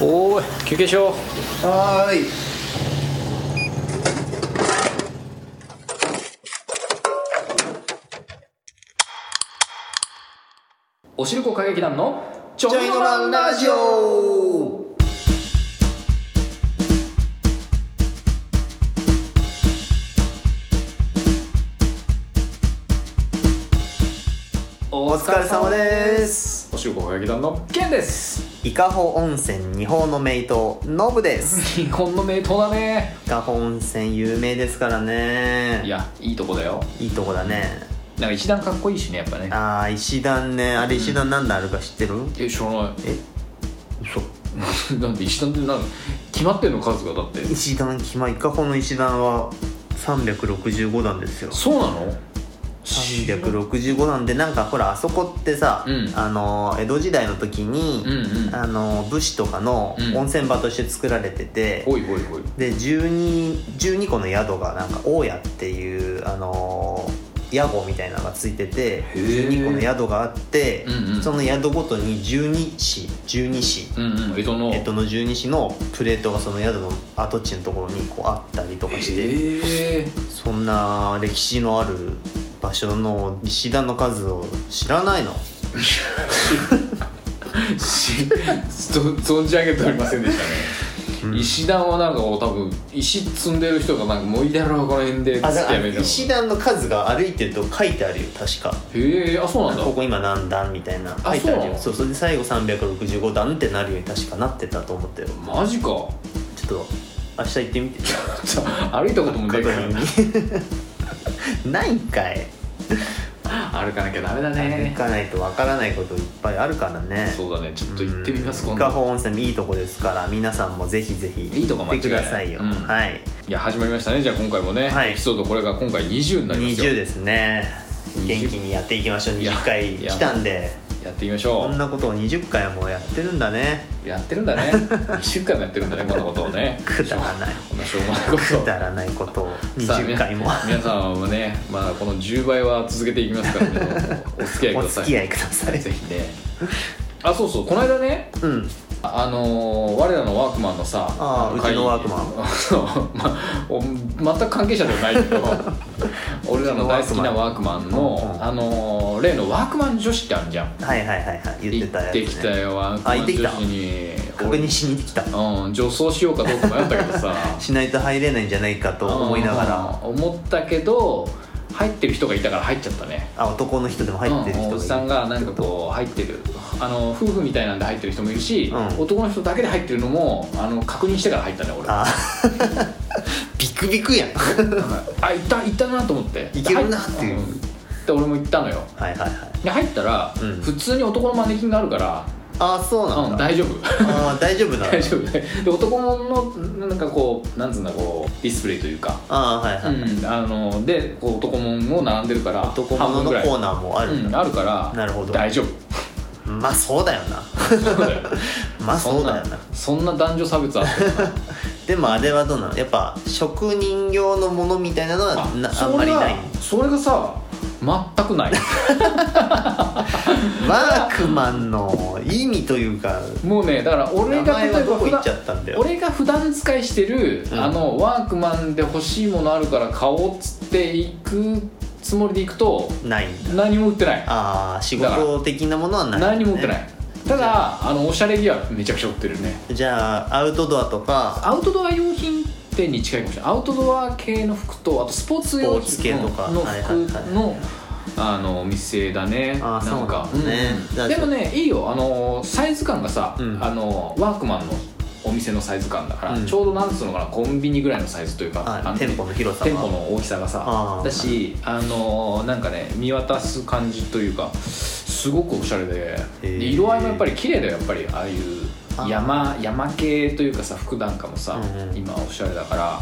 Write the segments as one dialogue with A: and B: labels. A: おーい休憩しよ
B: はーい
A: うおしるこ歌劇団のち
B: ジョイノマンラジオ
A: お
B: お疲れ様です
A: おしるこ歌劇団のケンです
B: 伊香保温泉日本の名湯ノ ブです
A: 日本の名刀だね
B: 伊香保温泉有名ですからね
A: いやいいとこだよ
B: いいとこだね
A: なんか一段かっこいいしねやっぱね
B: あー石段ねあれ石段なんであるか知ってる
A: え知らな
B: え嘘
A: い なんで一段でなんか決まってんの数がだって
B: 石段きま伊香保の石段は365段ですよ
A: そうなの
B: 365段でなんかほらあそこってさ、
A: うん
B: あの江戸時代の時に
A: うん、うん
B: あの武士とかの
A: うん
B: 温泉場として作られてて、
A: おいおいおい
B: で 12, 12個の宿がなんか大家っていう、あのー屋号みたいなのがついてて
A: へー
B: 12個の宿があって、
A: うんうん
B: その宿ごとに12市12市、
A: うんうん江戸の
B: えっとの12市のプレートがその宿の跡地のところにこうあったりとかして、
A: へえ
B: そんな歴史のある場所の石段の数を知らないの
A: しぞ存じ上げておりませんでしたね、
B: うん
A: 石段はなんかこう多分石積んでる人がなんかもういいだろうこの辺でっつ
B: あ
A: っ
B: だ
A: て
B: か
A: や
B: ら
A: めたの
B: 石段の数が歩いてると書いてあるよ確か。
A: へえあそうなんだ
B: ここ今何段みたいな
A: あ
B: 書いてあるよ
A: そ
B: そううそれで最後365段ってなるように確かなってたと思ったよ
A: マジかち ょ
B: ちょっと明日行ってみて
A: っと歩いたこともねえ
B: 確
A: から
B: 認に ないんかい
A: 歩かなきゃダメだ
B: 行
A: ね
B: かないとわからないこといっぱいあるからね
A: そうだねちょっと行ってみます
B: うん
A: 今
B: 伊香
A: 度
B: 保温泉いいとこですから皆さんもぜひぜひ
A: いいとこ
B: 行
A: 間
B: っ
A: 違
B: て
A: い
B: くださいよ
A: うん
B: はい
A: いや始まりましたねじゃあ今回もね、
B: はい
A: エピソードこれが今回20になりますよ
B: 20ですね
A: 20
B: 元気にやっていきましょう
A: いや
B: 20回来たんで
A: やってみましょ
B: こんなことを20回もやってるんだね
A: うやってるん だね20回もやってるんだねこんなことをね
B: くだらない
A: こんなしょうもないことを
B: くだらないことを
A: さあ
B: 20回も
A: 皆皆さんもね、まあ、この10倍は続けていきますからねお付き合いく
B: お
A: ださい
B: 付き合いください
A: ぜひねあそうそうこの間ね
B: うん
A: あのー我らのワークマンのさ
B: あー
A: 会
B: うちのワークマン
A: そう、まあ、お全く関係者ではないけ ど俺らの大好きなワークマンの
B: うちのワークマンうんうん
A: あのー例のワークマン女子ってあるじゃん
B: はいはいはいはい言ってた
A: 行っ
B: やつ、ね、
A: てきたよワークマ
B: あ
A: ン
B: 行ってき
A: 女
B: た
A: 子に
B: 確認しに行ってきた
A: 俺うん女装しようかどうか迷ったけどさ
B: しないと入れないんじゃないかと 思いながら
A: うん思ったけど入ってる人がいたから入っちゃったね
B: あ男の人でも入ってる人
A: うんお
B: が
A: っ
B: いる
A: さんがなんかこう入ってるあの夫婦みたいなんで入ってる人もいるし、
B: うん
A: 男の人だけで入ってるのもあの確認してから入ったね俺あ
B: あビクビクやんは
A: あいたいたなと思って
B: いけるなっていう
A: うんで俺も行ったのよ
B: いはいはい
A: で入ったら、
B: うん
A: 普通に男のマネキンがあるから、
B: あそう
A: う
B: なんんだ、
A: 大丈夫
B: あー大丈夫なんだ
A: 大丈夫で男のなんかこうなんつうんだこうディスプレイというか、
B: あーはいはい、
A: うんあのでこう男もんを並んでるから
B: 男物の
A: ぐらい
B: コーナーもある
A: うんん、
B: だ、
A: あるから
B: なるほど
A: 大丈
B: まあ そうだよな
A: 夫
B: まあそうだよ
A: ん
B: な
A: なそんな男女差別あっても
B: でもあれはどうなのやっぱ職人用のものみたいなのは
A: あ
B: なあ
A: そ
B: んま
A: れ
B: り
A: が
B: ない
A: それがさ全くない
B: ワークマンの意味というか
A: もうねだから俺
B: 名
A: が
B: 前
A: 例
B: は
A: えば
B: どこ
A: 普
B: 行
A: 段
B: っちゃったんだよ
A: 俺が普段使いしてる、
B: うん
A: あのワークマンで欲しいものあるから買おうっつって行くつもりで行くと
B: ないんだ
A: 何も売ってない
B: ああ仕事的なものはない、
A: 何も売ってないいただあのおしゃれ着はめちゃくちゃ売ってるね
B: じゃあアウトドアとか
A: アウトドア用品店に近いかもしれないアウトドア系の服とあとスポーツ用
B: スポーツ系
A: 品
B: とか
A: の
B: はい
A: 服
B: はいはい
A: のあのお店だね
B: あー
A: なんか
B: そうなんだね
A: うん
B: じゃあ
A: でもねいいよあのサイズ感がさ、
B: うん
A: あのワークマンのお店のサイズ感だから、
B: うん
A: ちょうどなんつうのかなコンビニぐらいのサイズというか、あ
B: あ
A: の
B: 店舗の広さは
A: 店舗の大きさがさ
B: あー
A: だしあのなんかね見渡す感じというかすごくおしゃれでで
B: へー
A: 色合いもやっぱり綺麗だよやっぱりああいう山山系というかさ服なんかもさ、
B: うんうん
A: 今おしゃれだから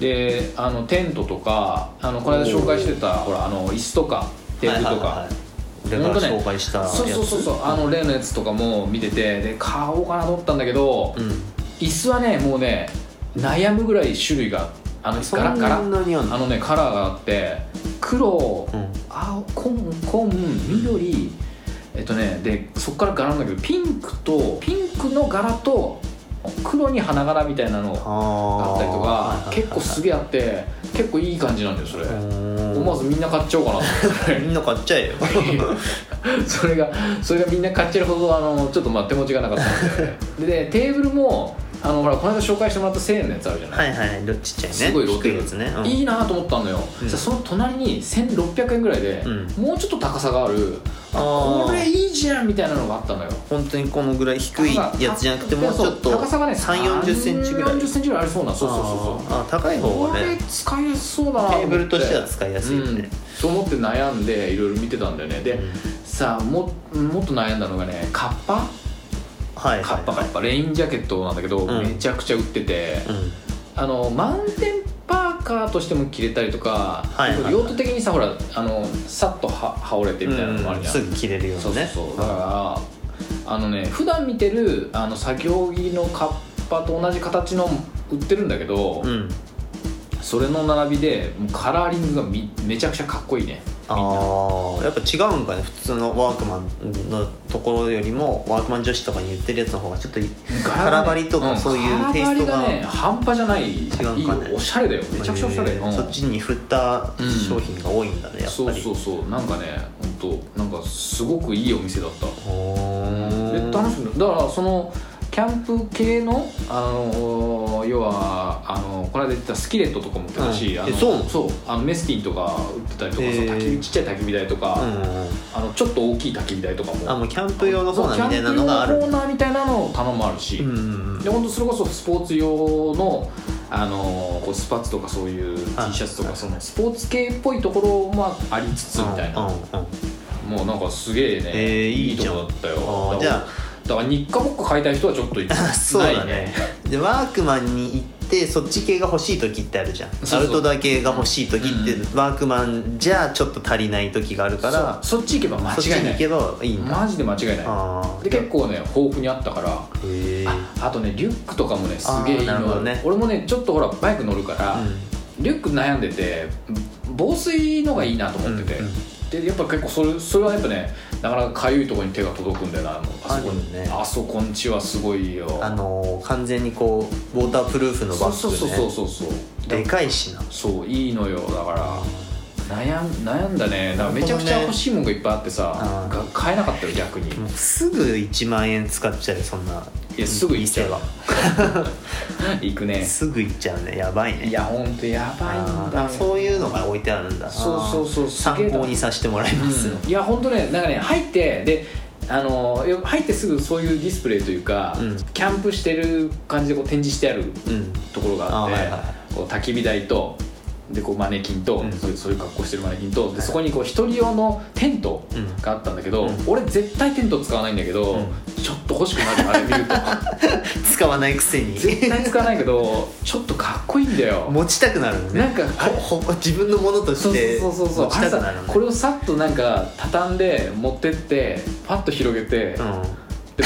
A: であのテントとかあのこの間紹介してたほらあの椅子とかテーブルとか、
B: はいはいはい、俺が紹介したやつ
A: そうそうそうそうあの例のやつとかも見ててで買おうかなと思ったんだけど、
B: うん
A: 椅子はねもうね悩むぐらい種類があの
B: そ
A: ガラ
B: ん
A: ッガラ
B: な
A: ッ
B: にあんの
A: あのねカラーがあって黒
B: うん
A: 青紺紺緑えっとねでそこから柄なんだけどピンクとピンクの柄と黒に花柄みたいなのがあ
B: あ
A: ったりとか結構す
B: げ
A: げえあって結構いい感じなんだよそれ思
B: 思
A: わずみんな買っちゃおうかなと思って
B: みんな買っ ちゃえよ
A: それがそれがみんな買っちゃうほどあのちょっとまあ手持ちがなかったんだよねででテーブルもあのほらこの間紹介してもらった1000円のやつあるじゃない、
B: はいはいどちっちゃいね
A: すごいロ
B: 低
A: テ
B: いや
A: ル
B: つね、うん
A: いいなと思ったのよ、
B: うん
A: じゃあその隣に1600円ぐらいで、
B: う
A: もうちょっと高さがある
B: あー
A: これいいじゃんみたいなのがあったのよ
B: 本当にこのぐらい低いやつじゃなくてもうちょっと
A: 高さがね
B: 3 4 0センチぐらい
A: 3 40センチぐらいありそうなそうそうそうそう
B: あーあー高い方
A: こ
B: が
A: れ
B: ね
A: 使えそうだ
B: テ
A: なと思って
B: ーブルとしては使いやすいよ
A: うん
B: ね、
A: そう思って悩んでいろいろ見てたんだよねで、
B: うん
A: さあももっと悩んだのがねカッパ
B: はい
A: カ
B: は
A: ッ
B: い
A: パカ
B: は
A: ッパレインジャケットなんだけど、
B: うん
A: めちゃくちゃ売ってて、
B: い、うん、
A: あのマウンテンパーカーとしても着れたりとか、
B: はいはいはい
A: 用途的にさほらあのさっとは羽織れてみたいなのもあるじゃん、
B: うんすぐ切れるよう
A: そう
B: な
A: そう
B: ね
A: そうだからあのね普段見てるあの作業着のカッパと同じ形の売ってるんだけど、
B: うん
A: それの並びでもうカラーリングがみめちゃくちゃかっこいいねみんな
B: ああやっぱ違うんかね普通のワークマンのところよりもワークマン女子とかに言ってるやつの方がちょっとカラバリとかそういうテイストが
A: カラバリね半端じゃないいい
B: かね
A: おしゃれだよめちゃくちゃおしゃれ、
B: えー
A: うん
B: そっちに振った商品が多いんだねやっ
A: そ
B: ぱ
A: う
B: り
A: そうそうなんかね本当なんかすごくいいお店だった
B: ほ
A: で
B: ー
A: 楽しみだからそのキャンプ系の、あのー要はあのーこの間言ってたスキレットとかも売ってたし、
B: うん
A: あ
B: え
A: の
B: そうなの
A: そうあのメスティンとか売ってたりとか、
B: へー
A: その焚き火ちっちゃい焚き火台とか、
B: うんうんうん
A: あのちょっと大きい焚き火台とかも
B: あもうキャンプ用のコーナーみたいなのがある
A: そうキャンプ用のコーナーみたいなのを頼むあるし、
B: うんうんうん
A: で本当それこそスポーツ用の、あのーこうスパッツとかそういう T シャツと
B: は
A: か
B: い
A: そのスポーツ系っぽいところもありつつみたいな、
B: うんうんうん
A: もうなんかすげえね、
B: えーいい
A: と
B: じゃん
A: こだったよ
B: あ
A: だ
B: ー
A: から
B: じゃ
A: だから日課ぼっこ買いたい人はちょっとい
B: あ そうだねでワークマンに行ってそっち系が欲しい時ってあるじゃん
A: うそう
B: アウトドア系が欲しい時って、
A: う
B: ワークマンじゃちょっと足りない時があるか
A: だから
B: ら
A: そそっち行けば間
B: そっち
A: 違い
B: に
A: な
B: 行
A: い
B: けばいいんだ、
A: マジで間違いない
B: あー
A: で結構ね豊富にあったから
B: へえ
A: あとねリュックとかもねすげえいい
B: あーなるほ
A: の、
B: どね
A: 俺もねちょっとほらバイク乗るから、リュック悩んでて防水のがいいなと思ってて、
B: うんうん
A: でやっぱ結構それそれはやっぱねなかなか痒いところに手が届くんだよなあのあそこに
B: あるよね
A: あそこんちはすごいよ
B: あのー完全にこうウォータープルーフの
A: そ
B: バ
A: うそうそう
B: ッ
A: そ
B: グ
A: う
B: ね
A: そうそう
B: でかいしな
A: そういいのよだから悩ん悩んだねだからめちゃくちゃ欲しいもんがいっぱいあってさ、
B: なるほど
A: が買えなかったよ逆に
B: もうすぐ1万円使っちゃうよそんない
A: やすぐ行っちゃ
B: 店
A: う
B: は
A: 行くね
B: すぐ行っちゃうねやばいね
A: いやほんとやばい
B: あ
A: ん
B: ーだ
A: だ
B: からそういうのが置いてあるんだ
A: そうそうそう
B: あー
A: すげえ
B: 参考にさせてもらいます、
A: うんいや本当ねなんかね入ってであのよ入ってすぐそういうディスプレイというか、
B: うん
A: キャンプしてる感じでこう展示してある
B: うん
A: ところがあって
B: あはいはいは
A: こう焚き火台とでこうマネキンと、
B: うん
A: そういうそういう格好してるマネキンとでそこにこう一人用のテント
B: うん
A: があったんだけど、
B: うん
A: 俺絶対テント使わないんだけど、
B: うん
A: ちょっと欲しくなるあれ見 ると
B: 使わないくせ に
A: 絶対使わないけどちょっとかっこいいんだよ。
B: 持ちたくなるのね
A: なんかあれ
B: ほほ自分のものと
A: そ
B: し
A: う
B: て
A: そうそうそう
B: 持ちたくなるの
A: あれ
B: ね
A: さこれをさっとなんか畳んで持ってってパッと広げて、でま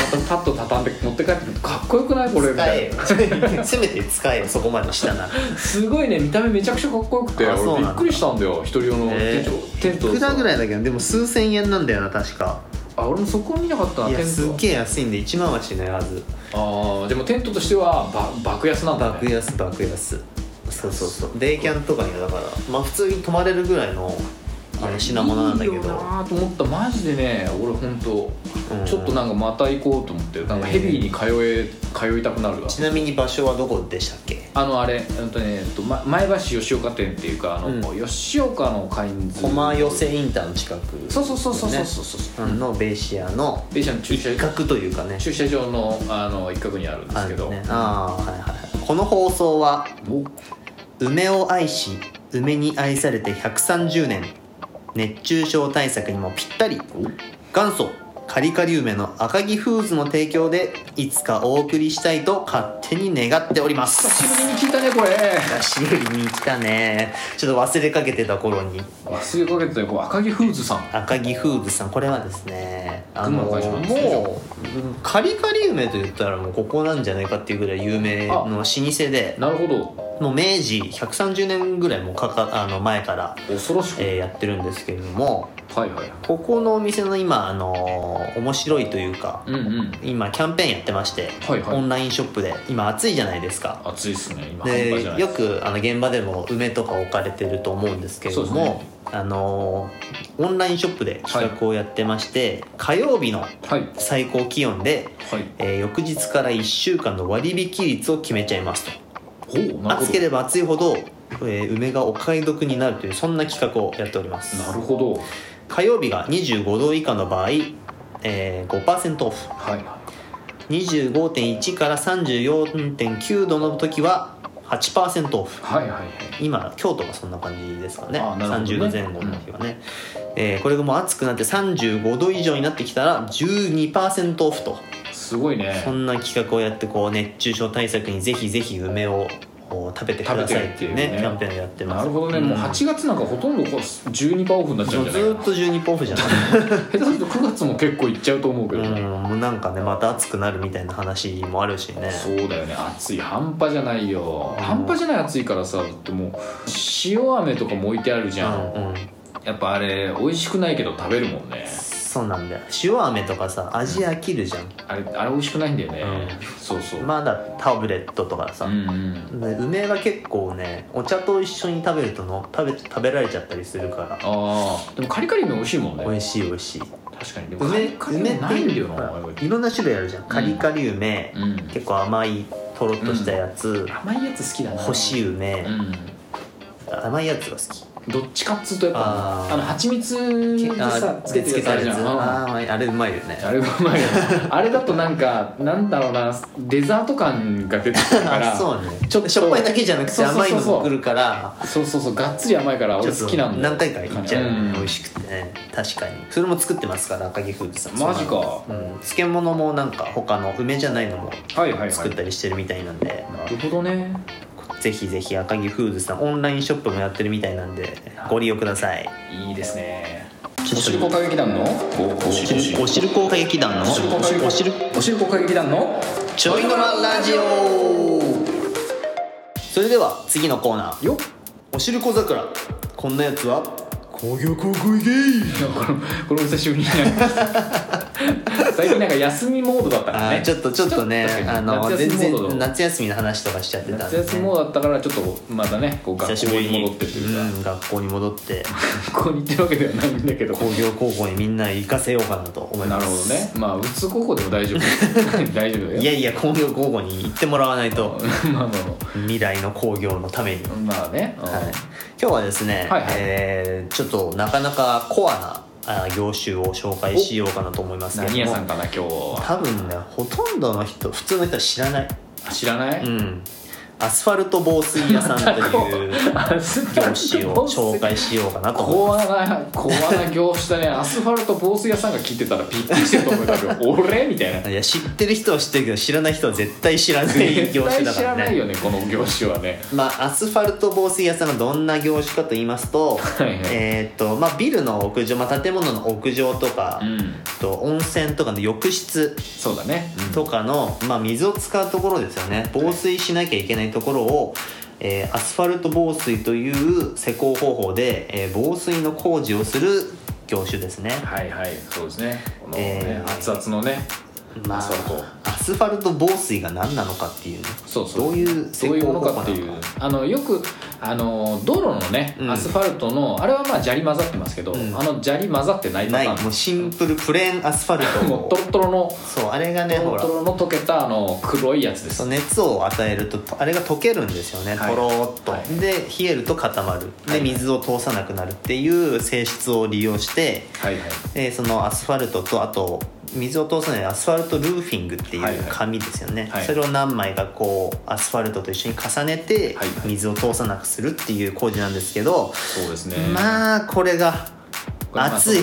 A: たパッと畳んで持って帰ってくるとかっこよくないこれ
B: うん
A: み
B: 使
A: た
B: え
A: いな
B: よせめて使えよそこまでしたな
A: すごいね見た目めちゃくちゃかっこよくて
B: あそう
A: 俺
B: な
A: びっ
B: んだ
A: くりしたんだよ一人用のテント、テント
B: いくらぐ
A: い
B: らいだけどでも数千円なんだよな確か
A: あ俺もそこは見なかったないテン
B: や
A: ト
B: すっげえ安いんで1万はしないはず
A: あーでもテントとしてはば爆安なんだ
B: 爆
A: ね
B: 安爆安そうそうそうデイキャンとかにはだからまあ普通に泊まれるぐらいのあれ品物なんだけ
A: い
B: ど
A: いよなーと思ったマジでね俺本当、
B: うん
A: ちょっとなんかまた行こうと思ってなんかヘビーに通え通いたくなるわ
B: ちなみに場所はどこでしたっけ
A: あのあれ、うんとねえっとま、前橋吉岡店っていうかあの、
B: う
A: 吉岡のカインズ
B: 駒寄せインターの近く
A: そうそうそうそうそうそうそう、
B: ねのベーシアの
A: 電車の駐車
B: 一角というかね
A: 駐車場のあの一角にあるんですけど、
B: あるねあーはいはいはいこの放送は
A: お
B: 梅を愛し梅に愛されて130年熱中症対策にもぴったり元祖カリカリ梅の赤木フーズの提供でいつかお送りしたいと勝手に願っておりま
A: 久
B: す
A: しぶりに聞いたねこれ
B: 久しぶりに来たねちょっと忘れかけてた頃に
A: 忘れかけてたよこう赤木フーズさん
B: 赤木フーズさんこれはですねあの
A: 群馬の会社なんですね
B: もううんカリカリ梅と言ったらもうここなんじゃないかっていうぐらい有名の老舗で
A: なるほど
B: もう明治130年ぐらいもかかあの前から、
A: 恐ろしく、
B: えーやってるんですけれども
A: はいはい
B: ここのお店の今あのー面白いというか
A: うんうん
B: 今キャンペーンやってまして、
A: はいはい
B: オンラインショップで今暑いじゃないですか
A: 暑いっすね今半端じゃない
B: でよくあの現場でも梅とか置かれてると思うんですけれど
A: そ
B: も、
A: うですね
B: あのーオンラインショップで企画をやってまして、火曜日の
A: はいは
B: 最高気温で、
A: い
B: えー翌日から1週間の割引率を決めちゃいますと
A: ほうなる
B: 暑
A: ほ
B: け
A: ど
B: れば暑いほど、えー梅がお買い得になるというそんな企画をやっております
A: なるほど
B: 火曜日が25度以下の場合、えー、5%オフ
A: はい
B: 25.1から34.9度の時は8%オフ
A: はいはいはい
B: 今京都がそんな感じですかね
A: あーなるほ
B: 30
A: ど
B: 度
A: ね
B: 前後の日はね、えーこれがもう暑くなって35度以上になってきたら12%オフと
A: すごいね
B: そんな企画をやってこう熱中症対策にぜひぜひ梅をこう食べてくださいっていう
A: 食べてっていう
B: ね
A: ね
B: キャンペーンをやってます
A: なるほどね、もう8月なんかほとんどこう12%オフになっちゃうん
B: ず
A: じゃない
B: ー
A: か
B: っと12オフじゃない
A: な下手すると9月も結構いっちゃうと思うけど、
B: うん、もうなんかねまた暑くなるみたいな話もあるしね
A: そうだよね暑い半端じゃないよ
B: うん
A: 半端じゃない暑いからさだってもう塩飴とかも置いてあるじ
B: う
A: ゃん、
B: んうん
A: やっぱあれ美味しくないけど食べるもんね
B: そうなんだよ塩飴とかさ味飽きるじゃん、
A: あれあれ美味しくないんだよね、
B: うん
A: そうそう、
B: まだタブレットとかさ、
A: う
B: ね
A: んうん
B: 梅は結構ねお茶と一緒に食べるとの食べ食べられちゃったりするか
A: ああでもカリカリ梅美味しいもん
B: ら
A: ね
B: 美味しい美味しい
A: 確かにでもカ
B: 梅
A: リカリ
B: 梅
A: 梅
B: っ
A: ないんだ
B: て
A: よな、
B: いろんな種類あるじゃんカリカリ梅、
A: うん、
B: 結構甘いとろっとしたやつ、
A: 甘いやつ好きだな
B: 干し梅
A: う、ん
B: 甘いやつが好き
A: どっちかっつうとやっぱ
B: あー
A: あの蜂蜜でさつけてるやつあるじゃんうん
B: あーあれうまいよね
A: あれがうまいよねあれだとなんかなんだろうなデザート感が出てくるか
B: あ
A: ら
B: そうね
A: ちょっと
B: しょっぱいだけじゃなくて
A: そうそうそう
B: 甘い
A: そう
B: のも来るから
A: そうそうそうがっつり甘いから
B: ち
A: 俺
B: ょっと
A: 好きなんだよ
B: 何回かいっちゃうよね、
A: ん
B: 美味しくてね確かにそれも作ってますから赤木フーズさん
A: マジか
B: そうなんですうん、漬物もなんか他の梅じゃないのも
A: はいはいはい
B: 作ったりしてるみたいなんで、
A: なるほどね
B: ぜひぜひ赤木フーズさんオンラインショップもやってるみたいなんでご利用ください
A: いいですね
B: ちょ
A: おしるこ歌劇団のおし
B: おしるこ歌劇団
A: る
B: の
A: こ歌劇
B: おしる
A: おしるこ歌劇団の
B: ちょいのらラジオそれでは次のコーナー
A: よっ
B: おしるこ桜こんなやつは工業高校イゲイ
A: なんかこの これも久しぶりにやりました 最近なんか休みモードだったから
B: あ
A: ね
B: ーちょっとちょっとね
A: ちょっと確か
B: あ
A: に
B: の
A: 夏
B: 全
A: 休みモード
B: 然夏休みの話とかしちゃってたん
A: 夏
B: で、
A: 休みモードだったからちょっとまたねこう学
B: 久し
A: 校
B: ぶり
A: に
B: に
A: 戻ってというか、
B: うん、学校に戻って
A: 学校に行ってるわけではないんだけど
B: 工業高校にみんな行かせようかなと思い
A: な
B: ま
A: る
B: す
A: ほどねまあ普通高校でも大 丈夫大丈夫だよ
B: いやいや工業高校に行ってもらわないと
A: まあま
B: 未来の工業のために、
A: あまあね、うん
B: はい、今日はですね、
A: はいはい
B: えーちょっとなかなかコアなあ業種を紹介しようかなと思いますけ
A: 何
B: れ
A: 屋
B: ど
A: さん
B: も
A: かな今日は
B: 多分ねほとんどの人普通の人は知らない、
A: 知らない、
B: うん、アスファルト防水屋さんという
A: アスフ
B: 業
A: ァ
B: 種
A: ルト
B: を
A: 防
B: 紹
A: 水
B: 介しようかなと思い
A: 高穴な高穴業種だねアスファルト防水屋さんが聞いてたらびっくりしてると思うよ多分俺みたいな
B: ますいや知ってる人は知ってるけど知らない人は絶対知らない
A: 絶
B: 業種
A: 対
B: だ
A: 知
B: から
A: らない
B: ね
A: よ ねこの業種はね
B: まあ、アスファルト防水屋さんはどんな業種かと言いますと
A: はいはい
B: えーっと、まあ、ビルの屋上、まあ、建物の屋上とか、
A: う
B: あ
A: ん
B: と温泉とかの浴室
A: そうだね、
B: とかの、まあ、水を使うところですよね防水しなきゃいけないところを、えーアスファルト防水という施工方法で、えー防水の工事をする業種ですね。
A: はいはいそうですねこのね、
B: えー
A: 熱々のね
B: まあ、
A: アスファル
B: アスファルト防水が何なのかっていうね
A: そうそう
B: どういう施
A: どういう
B: 工
A: も
B: 方
A: の
B: 法なの
A: かっていうあのよくあの道路のね、
B: うん
A: アスファルトのあれはまあ砂利混ざってますけど、
B: ん
A: あの砂利混ざってないパ
B: ない
A: タ
B: も
A: ー
B: うシンプルプレーンアスファル
A: ン
B: ト
A: もうトロトロの
B: そうあれがね
A: ト
B: ほ
A: ロ
B: ら
A: トロの溶けたあの黒いやつで
B: そ
A: す
B: う熱を与えるとあれが溶けるんですよね、
A: はい
B: とろーっと、
A: はい
B: で冷えると固まる
A: は
B: で
A: い
B: 水を通さなくなるっていう性質を利用して、
A: はいはい
B: えーそのアスファルトとあと水を通さないアスファルトルーフィングって
A: はい
B: い
A: は
B: う
A: い
B: 紙ですよね、
A: はい
B: それを何枚かこうアスファルトと一緒に重ねて
A: はいはい
B: 水を通さなくするっていう工事なんですけど、
A: そうですね
B: まあこれが
A: これまあ
B: 熱い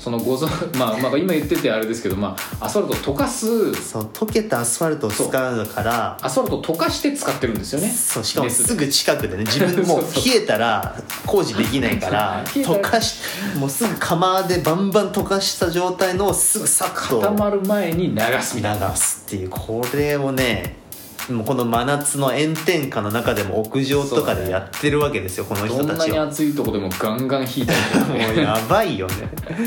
A: そのごぞ まあまあ今言っててあれですけどまあアスファルト溶かす
B: そう溶けたアスファルトを使うから
A: アスファルト溶かして使ってるんですよね
B: そうしかも
A: です
B: すぐ近くでね自分でもう
A: そうそう
B: 冷えたら工事できないから
A: 冷えたら
B: 溶かしもうすぐ釜でバンバン溶かした状態のをすぐサッと
A: 固まる前に流すみたいな
B: 流すっていうこれをねもうこの真夏の炎天下の中でも屋上とかでやってるわけですよ、この
A: ど
B: 人た
A: んな
B: ち
A: に
B: は。
A: 暑いとこでもガンガン引いたりとか
B: もう
A: ね
B: やばいよね。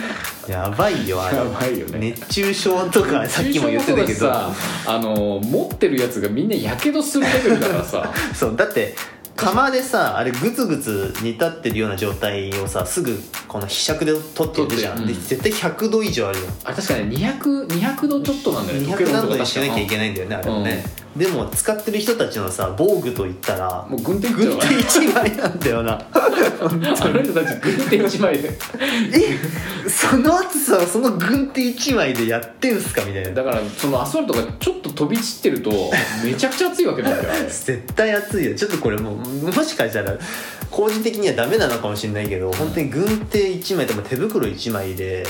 B: やばいよ、あれ
A: や。ばいよね
B: 熱中症とかさっきも言ってたけ
A: 熱中症もそう
B: ど
A: だしさあの持ってるやつがみんなやけどするレベルだからさ
B: そうだって釜でさあれグツグツ煮立ってるような状態をさすぐこのひしゃくで取ってるじゃん、
A: 取って
B: で
A: うん
B: 絶対100度以上あるよ
A: あ確かに 200, 200度ちょっとなんだよね
B: 200何度に
A: に
B: しなきゃいけないんだよねあれもね、でも使ってる人たちのさ防具といったら
A: もう軍手一
B: 軍
A: 丁
B: 手一枚なんだよな
A: あの人たち軍手一枚で
B: えその暑さをその軍手一枚でやってんすかみたいな
A: だからそのアスファルトがちょっと飛び散ってるとめちゃくちゃ暑いわけなんだよあれ
B: 絶対暑いよちょっとこれもうもしかしたら個人的にはダメなのかもしれないけど本当に軍手1枚でも手袋1枚で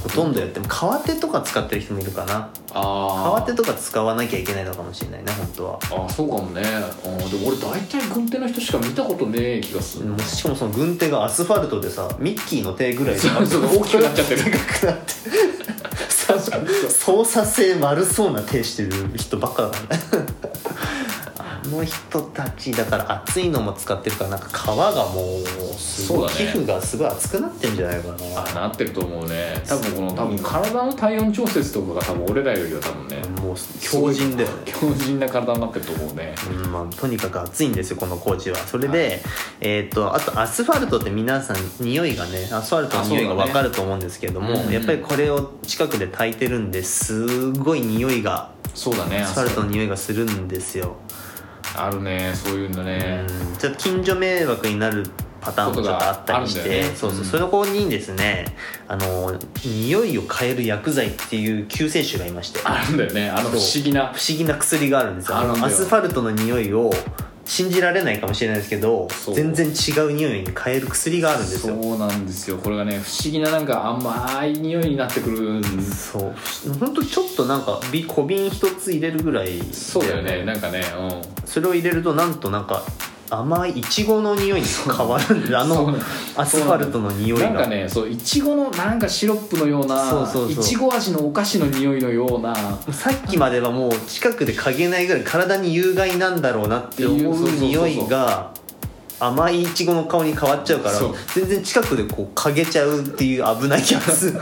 B: ほとんどやっても革手とか使ってる人もいるかな革
A: あ
B: 手とか使わなきゃいけないのかもしれないね本当は
A: ーあそうかもねあーでも俺大体軍手の人しか見たことねえ気がする
B: もうしかもその軍手がアスファルトでさミッキーの手ぐらいで
A: そうそう大きくなっちゃって る
B: 高くなってさ
A: 確かにそう
B: 操作性悪そうな手してる人ばっかだからねあの人たちだから暑いのも使ってるからなんか皮がもうす
A: そ
B: ごい
A: うだ
B: 皮
A: ね
B: 膚がすごい熱くなってんじゃないかな
A: あなってると思うね多分この多分体の体温調節とかが多分俺らよりは多分ね
B: もう強靭だよね
A: 強靭な体になってると思うね
B: うんまあ、とにかく暑いんですよこの高知はそれで、えー、とあとアスファルトって皆さん匂いがねアスファルトの匂いが
A: あそうだね
B: 分かると思うんですけれども、
A: うんうん
B: やっぱりこれを近くで炊いてるんですごい匂いが
A: そうだね
B: アスファルトの匂いがするんですよ、
A: あるねそういうんだね
B: うんちょっと近所迷惑になるパターンもちょっとあったりし
A: ことがあるんだ
B: て、
A: よね
B: そうそう
A: うん
B: その子にですねあの匂いを変える薬剤っていう救世主がいまして
A: あるんだよねあの不思議な
B: 不思議な薬があるんですよ
A: あるんだよ
B: アスファルトの匂いを信じられないかもしれないですけど
A: そう
B: 全然違う匂いに変える薬があるんですよ
A: そうなんですよこれがね不思議ななんか甘い匂いになってくるん
B: そうほんとちょっとなんかび小瓶一つ入れるぐらい
A: そうだよねなんかねうん
B: それを入れるとなんとなんか甘いイチゴの匂いに変わるんであ
A: そう
B: の
A: なん
B: アスファルトの匂い
A: なんか
B: が
A: ねそういちごのなんかシロップのよう
B: そう
A: な
B: そう
A: い
B: そう
A: ちご味のお菓子の匂いのような
B: さっきまではもう近くで嗅げないぐらい体に有害なんだろうなって思
A: っていうそう
B: う
A: そうそう
B: 匂いが甘いイチゴの顔に変わっちゃうから
A: そう
B: 全然近くでこう嗅げちゃうっていう危ないや つ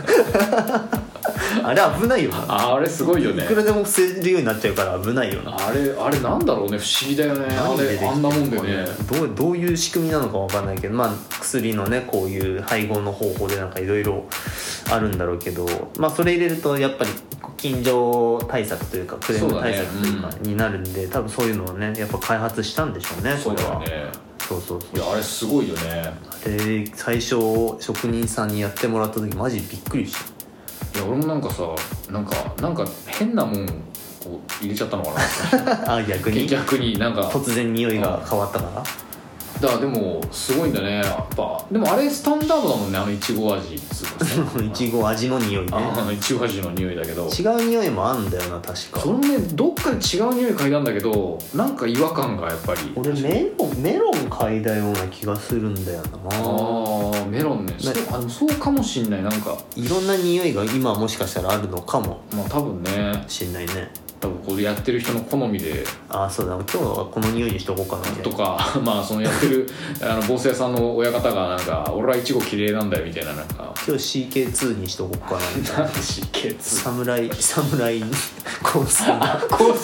B: あれ危ないよな
A: ああれすごいよ
B: い
A: ね
B: くらでも吸えるようになっちゃうから危ないよな
A: あれあれなんだろうね不思議だよねあ
B: 何ででき
A: れ
B: てる
A: あんなもんでね
B: どうどういう仕組みなのかわかんないけど、まあ、薬のねこういう配合の方法でなんかいろいろあるんだろうけど、まあ、それ入れるとやっぱり近所対策というかクレーム対策というか
A: そうだね
B: になるんで、多分そういうのをねやっぱ開発したんでしょうね
A: そう
B: これ
A: だ
B: は
A: よね
B: そうそうそう
A: いやあれすごいよね
B: で最初職人さんにやってもらった時マジびっくりし
A: いや俺もなんかさなんかなんか変なもんを入れちゃったのかな
B: たあ逆に
A: 逆になんか
B: 突然匂いが変わったから
A: だからでもすごいんだねやっぱでもあれスタンダードだもんねあのいちご 味っつうかさ
B: いちご味の匂いね
A: あのいちご味の匂いだけど
B: 違う匂いもあんだよな確か
A: そのねどっかで違う匂い嗅いだんだけどなんか違和感がやっぱり
B: 俺メロンメロン嗅いだような気がするんだよ
A: あ
B: な
A: ーメロンねそうあのそうかもしんないなんか
B: いろんな匂いが今もしかしたらあるのかも
A: まあ多分ね
B: しんないね
A: 多分これやってる人の好みで
B: ああそうだ今日はこの匂いにしとこうかなみたい
A: と
B: な
A: か まあそのやってるあの坊主屋さんの親方がなんか「俺はイチゴ綺麗なんだよ」みたいななんか
B: 今日 CK2 にしとこうかなみたいな
A: 何しけつ
B: 侍侍コースの
A: コー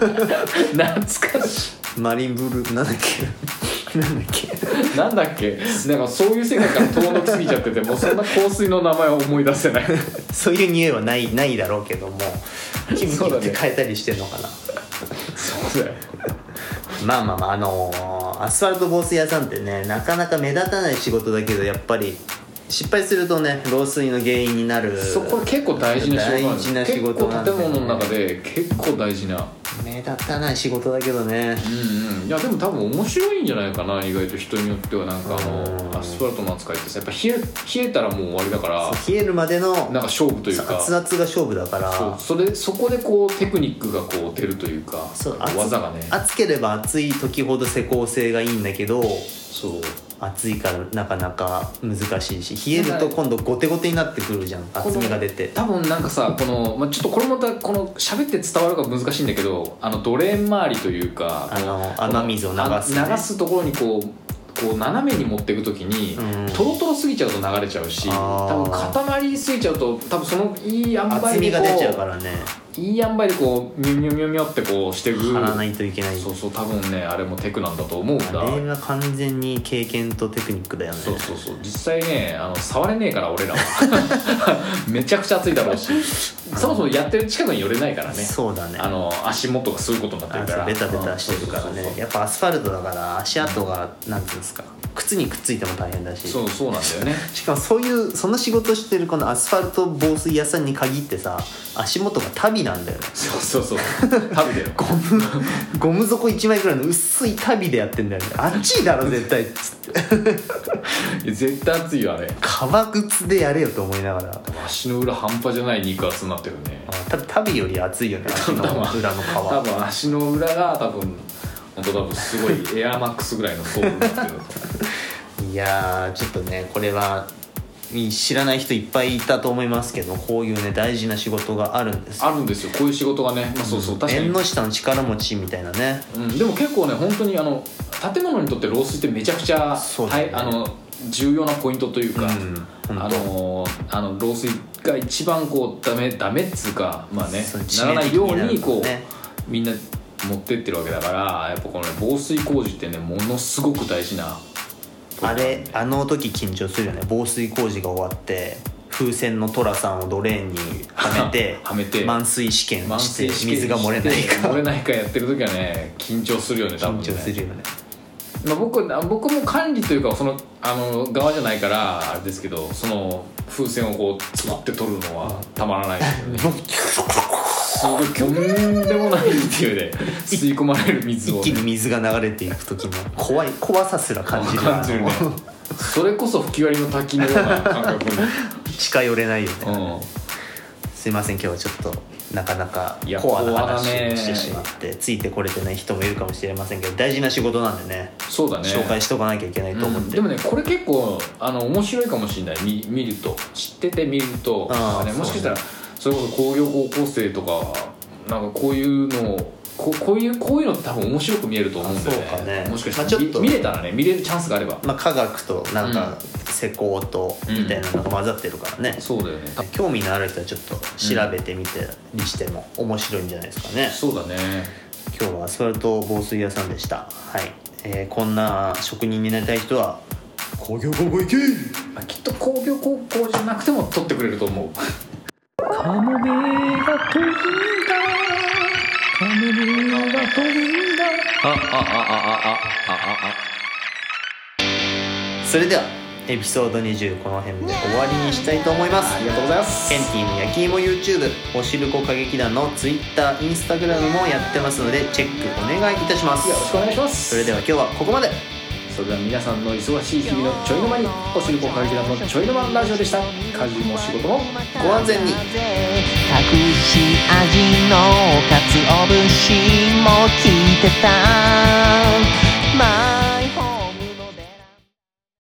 A: ス懐かし
B: マリンブルーなんだっけなんだっけ
A: いなんだっけなんかそういう世界から遠のきすぎちゃっててもうそんな香水の名前を思い出せない
B: そういう匂いはないないだろうけどもキムキ
A: そうだ
B: っ
A: ね
B: て変えたりしてんのかな、
A: そうだよ
B: まあまあまああのーアスファルト防水屋さんってねなかなか目立たない仕事だけどやっぱり失敗するとね漏水の原因になる
A: そこ結構大事な仕事なんです
B: 大事な仕事なん
A: 結
B: だよ
A: 構
B: ね
A: 建物の中で結構大事な
B: 目立たない仕事だけど
A: う
B: ね
A: んうんいやでも多分面白いんじゃないかな意外と人によってはなんかあ
B: うん
A: のアスファルトの扱いってさやっぱ冷え冷えたらもう終わりだから
B: 冷えるまでの
A: なんか勝負というか
B: 熱々が勝負だか
A: そう
B: ら
A: それそこでこうテクニックがこう出るというか
B: そう
A: 技がね
B: 暑ければ暑い時ほど施工性がいいんだけど
A: そう
B: 暑いからなかなか難しいし冷えると今度ゴテゴテになってくるじゃん厚みが出て
A: 多分なんかさこの、まあ、ちょっとこれまたこの喋って伝わるか難しいんだけどあのドレーン周りというか
B: あの雨水を流すね
A: あ流すところにこうこう斜めに持っていくときに、
B: うん
A: トロトロすぎちゃうと流れちゃうし
B: あー
A: 多分塊すぎちゃうと多分そのいい塩梅
B: 厚み
A: にこ
B: が出ちゃう
A: う
B: からね
A: いい塩梅でこうミュミュミュミュってこうしていく
B: 張らないといけない
A: そうそう多分ねあれもテクなんだと思うんだ
B: あれは完全に経験とテクニックだよね
A: そうそうそう実際ねあの触れねえから俺らは めちゃくちゃ暑いだろうしそもそもやってる近くに寄れないからね
B: そうだね
A: あの足元がそういうことになって
B: あ
A: るか
B: そう
A: ら
B: ベタベタしてるから
A: うんそう
B: ねやっぱアスファルトだから足跡がなんていうんですか靴にくっついても大変だし
A: そうそうそうそうなんだよね
B: しかもそういうその仕事してるこのアスファルト防水屋さんに限ってさ足元が足袋なんだよね
A: そうそうそう食べてる
B: ゴ ムゴム底1枚ぐらいの薄い足袋でやってんだよねあっちいだろ絶対っつって
A: 絶対暑いよあれ
B: 革靴でやれよと思いながら
A: 足の裏半端じゃない肉厚になってるね
B: あ多分足袋より熱いよね足の裏の
A: 多
B: 皮
A: 分足の裏が多分本当多分すごいエアマックスぐらいのソールになってる
B: いやーちょっとねこれはい知らない人いっぱいいたと思いますけどこういうね大事な仕事があるんです
A: あるんですよこういう仕事がね、まあ、そうそう確かに
B: 縁の下の力持ちみたいなね
A: うん、でも結構ね本当にあの建物にとって漏水ってめちゃくちゃ、
B: そうだ
A: は
B: ね
A: いあの重要なポイントというか、
B: うん
A: あのあの漏水が一番こうダメダメっつうかまあね
B: そう
A: ならないよう
B: 致
A: に
B: 命的になる
A: こ
B: も
A: うん
B: ね
A: みんな持ってってるわけだからやっぱこの、ね、防水工事ってねものすごく大事な
B: あれあの時緊張するよね防水工事が終わって風船のトラさんをドレーンにはめて
A: はめて
B: 満水試験
A: 満
B: して
A: 水試験
B: 水が漏れない
A: して
B: か
A: 漏れないかやってる時はね緊張するよね多分ね
B: 緊張するよね
A: まあ、僕あ僕も管理というかそのあの側じゃないからあれですけどその風船をこう詰まって取るのはたまらないですよ ねすごいとんでもない勢いで吸い込まれる水を、
B: 一気に水が流れていく時の怖い怖さすら感じる
A: 感じるね
B: あの
A: それこそ吹き割りの滝のような感覚に、
B: 近寄れないよね
A: うん、
B: すいません今日はちょっとなかなか
A: いや
B: コアな
A: コアだ
B: 話
A: ね
B: をしてしまって、ついてこれてない人もいるかもしれませんけど大事な仕事なんでね
A: そうだね
B: 紹介しとかなきゃいけないと思っ
A: うん
B: て、
A: でもねこれ結構あの面白いかもしれない見見ると知ってて見ると
B: あー
A: ね、
B: そう
A: もしかしたらそれこそ工業高校生とかなんかこういうのをここういうこういうのって多分面白く見えると思うんだよね
B: あそうかね
A: もしかしたら、
B: まあちょっと
A: 見見れたらね見れるチャンスがあれば
B: まあ、科学となんか施工とみたいなのが混ざってるからね、
A: そうだよねた
B: 興味のある人はちょっと調べてみたりしても面白いんじゃないですかね、
A: そうだね
B: 今日はアスファルト防水屋さんでしたはい、えーこんな職人になりたい人は工業高校行け
A: まあきっと工業高校じゃなくても取ってくれると思う
C: カモメが飛んだカモメが飛んだ
A: ああああああああ
B: それではエピソード20この辺で終わりにしたいと思います
A: ありがとうございます
B: ケンティーの焼き芋 YouTube おしるこ歌劇団の TwitterInstagram もやってますのでチェックお願いいたします
A: よろしくお願いします
B: それでは今日はここまで
A: それでは皆さんの忙しい日々のちょいの間におしるこかけらのちょいの間ラジオでした家事も仕事も
B: ご安全に
D: 隠し味の鰹節も聞いてた